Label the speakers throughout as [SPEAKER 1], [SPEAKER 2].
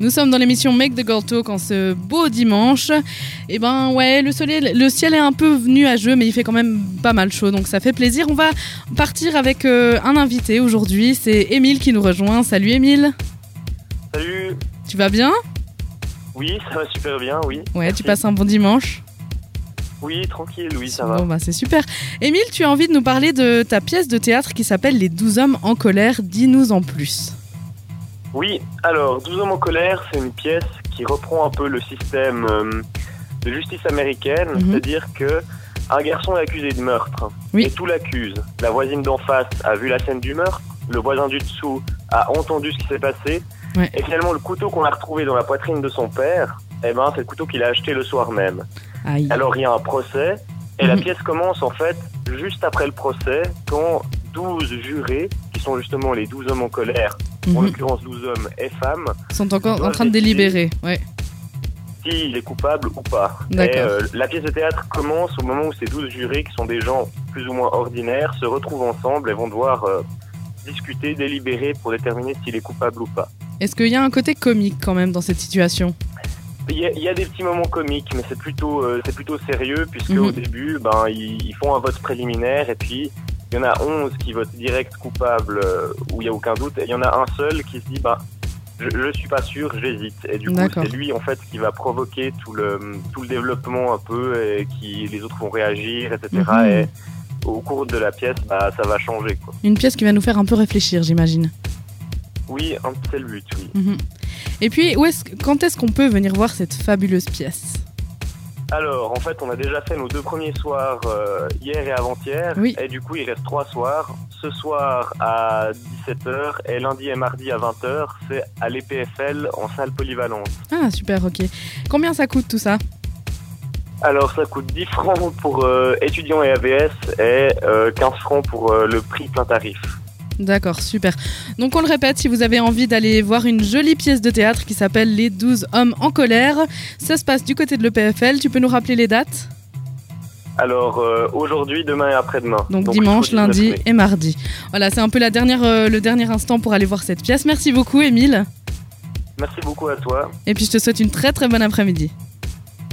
[SPEAKER 1] Nous sommes dans l'émission Make the Girl Talk en ce beau dimanche. Et ben ouais, le soleil, le ciel est un peu venu à jeu, mais il fait quand même pas mal chaud, donc ça fait plaisir. On va partir avec euh, un invité aujourd'hui. C'est Émile qui nous rejoint. Salut Émile.
[SPEAKER 2] Salut.
[SPEAKER 1] Tu vas bien
[SPEAKER 2] Oui, ça va super bien, oui.
[SPEAKER 1] Ouais, tu passes un bon dimanche.
[SPEAKER 2] Oui, tranquille, oui, ça va.
[SPEAKER 1] Bon bah c'est super. Émile, tu as envie de nous parler de ta pièce de théâtre qui s'appelle Les 12 hommes en colère. Dis-nous en plus.
[SPEAKER 2] Oui, alors, 12 hommes en colère, c'est une pièce qui reprend un peu le système euh, de justice américaine,
[SPEAKER 1] Mhm.
[SPEAKER 2] c'est-à-dire que un garçon est accusé de meurtre
[SPEAKER 1] Oui.
[SPEAKER 2] et tout l'accuse. La voisine d'en face a vu la scène du meurtre, le voisin du dessous a entendu ce qui s'est passé,
[SPEAKER 1] Ouais.
[SPEAKER 2] et finalement le couteau qu'on a retrouvé dans la poitrine de son père, eh ben, c'est le couteau qu'il a acheté le soir même.
[SPEAKER 1] Aïe.
[SPEAKER 2] Alors il y a un procès, et la
[SPEAKER 1] Mhm.
[SPEAKER 2] pièce commence en fait juste après le procès, quand 12 jurés, qui sont justement les 12 hommes en colère, en
[SPEAKER 1] Mhm.
[SPEAKER 2] l'occurrence 12 hommes et femmes,
[SPEAKER 1] Ils sont encore en train de délibérer. Ouais.
[SPEAKER 2] s'il est coupable ou pas.
[SPEAKER 1] D'accord.
[SPEAKER 2] Et, euh, la pièce de théâtre commence au moment où ces 12 jurés, qui sont des gens plus ou moins ordinaires, se retrouvent ensemble et vont devoir euh, discuter, délibérer pour déterminer s'il est coupable ou pas.
[SPEAKER 1] Est-ce qu'il y a un côté comique quand même dans cette situation
[SPEAKER 2] Il y, a, il y a des petits moments comiques, mais c'est plutôt, euh, c'est plutôt sérieux, puisque
[SPEAKER 1] Mhm.
[SPEAKER 2] au début, ben, ils, ils font un vote préliminaire et puis. Il y en a 11 qui votent direct coupable euh, où il n'y a aucun doute. Et il y en a un seul qui se dit bah, je, je suis pas sûr, j'hésite. Et du coup,
[SPEAKER 1] D'accord.
[SPEAKER 2] c'est lui en fait qui va provoquer tout le tout le développement un peu, et qui les autres vont réagir, etc.
[SPEAKER 1] Mhm.
[SPEAKER 2] Et au cours de la pièce, bah, ça va changer. Quoi.
[SPEAKER 1] Une pièce qui va nous faire un peu réfléchir, j'imagine.
[SPEAKER 2] Oui, un petit c'est le but. Oui.
[SPEAKER 1] Mhm. Et puis, où est-ce- quand est-ce qu'on peut venir voir cette fabuleuse pièce
[SPEAKER 2] Alors, en fait, on a déjà fait nos deux premiers soirs euh, hier et avant-hier.
[SPEAKER 1] Oui.
[SPEAKER 2] Et du coup, il reste trois soirs. Ce soir à 17h et lundi et mardi à 20h, c'est à l'EPFL en salle polyvalente.
[SPEAKER 1] Ah, super, ok. Combien ça coûte tout ça
[SPEAKER 2] Alors ça coûte 10 francs pour euh, étudiants et AVS et euh, 15 francs pour euh, le prix plein tarif.
[SPEAKER 1] D'accord, super. Donc on le répète, si vous avez envie d'aller voir une jolie pièce de théâtre qui s'appelle Les 12 hommes en colère, ça se passe du côté de l'EPFL. Tu peux nous rappeler les dates
[SPEAKER 2] Alors euh, aujourd'hui, demain et après-demain.
[SPEAKER 1] Donc,
[SPEAKER 2] jusqu'au
[SPEAKER 1] dimanche,
[SPEAKER 2] 19
[SPEAKER 1] lundi
[SPEAKER 2] mai.
[SPEAKER 1] et mardi. Voilà, c'est un peu la dernière, euh, le dernier instant pour aller voir cette pièce. Merci beaucoup, Émile.
[SPEAKER 2] Merci beaucoup à toi.
[SPEAKER 1] Et puis je te souhaite une très très bonne après-midi.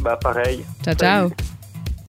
[SPEAKER 2] Bah pareil.
[SPEAKER 1] Ciao, ciao.
[SPEAKER 2] Salut.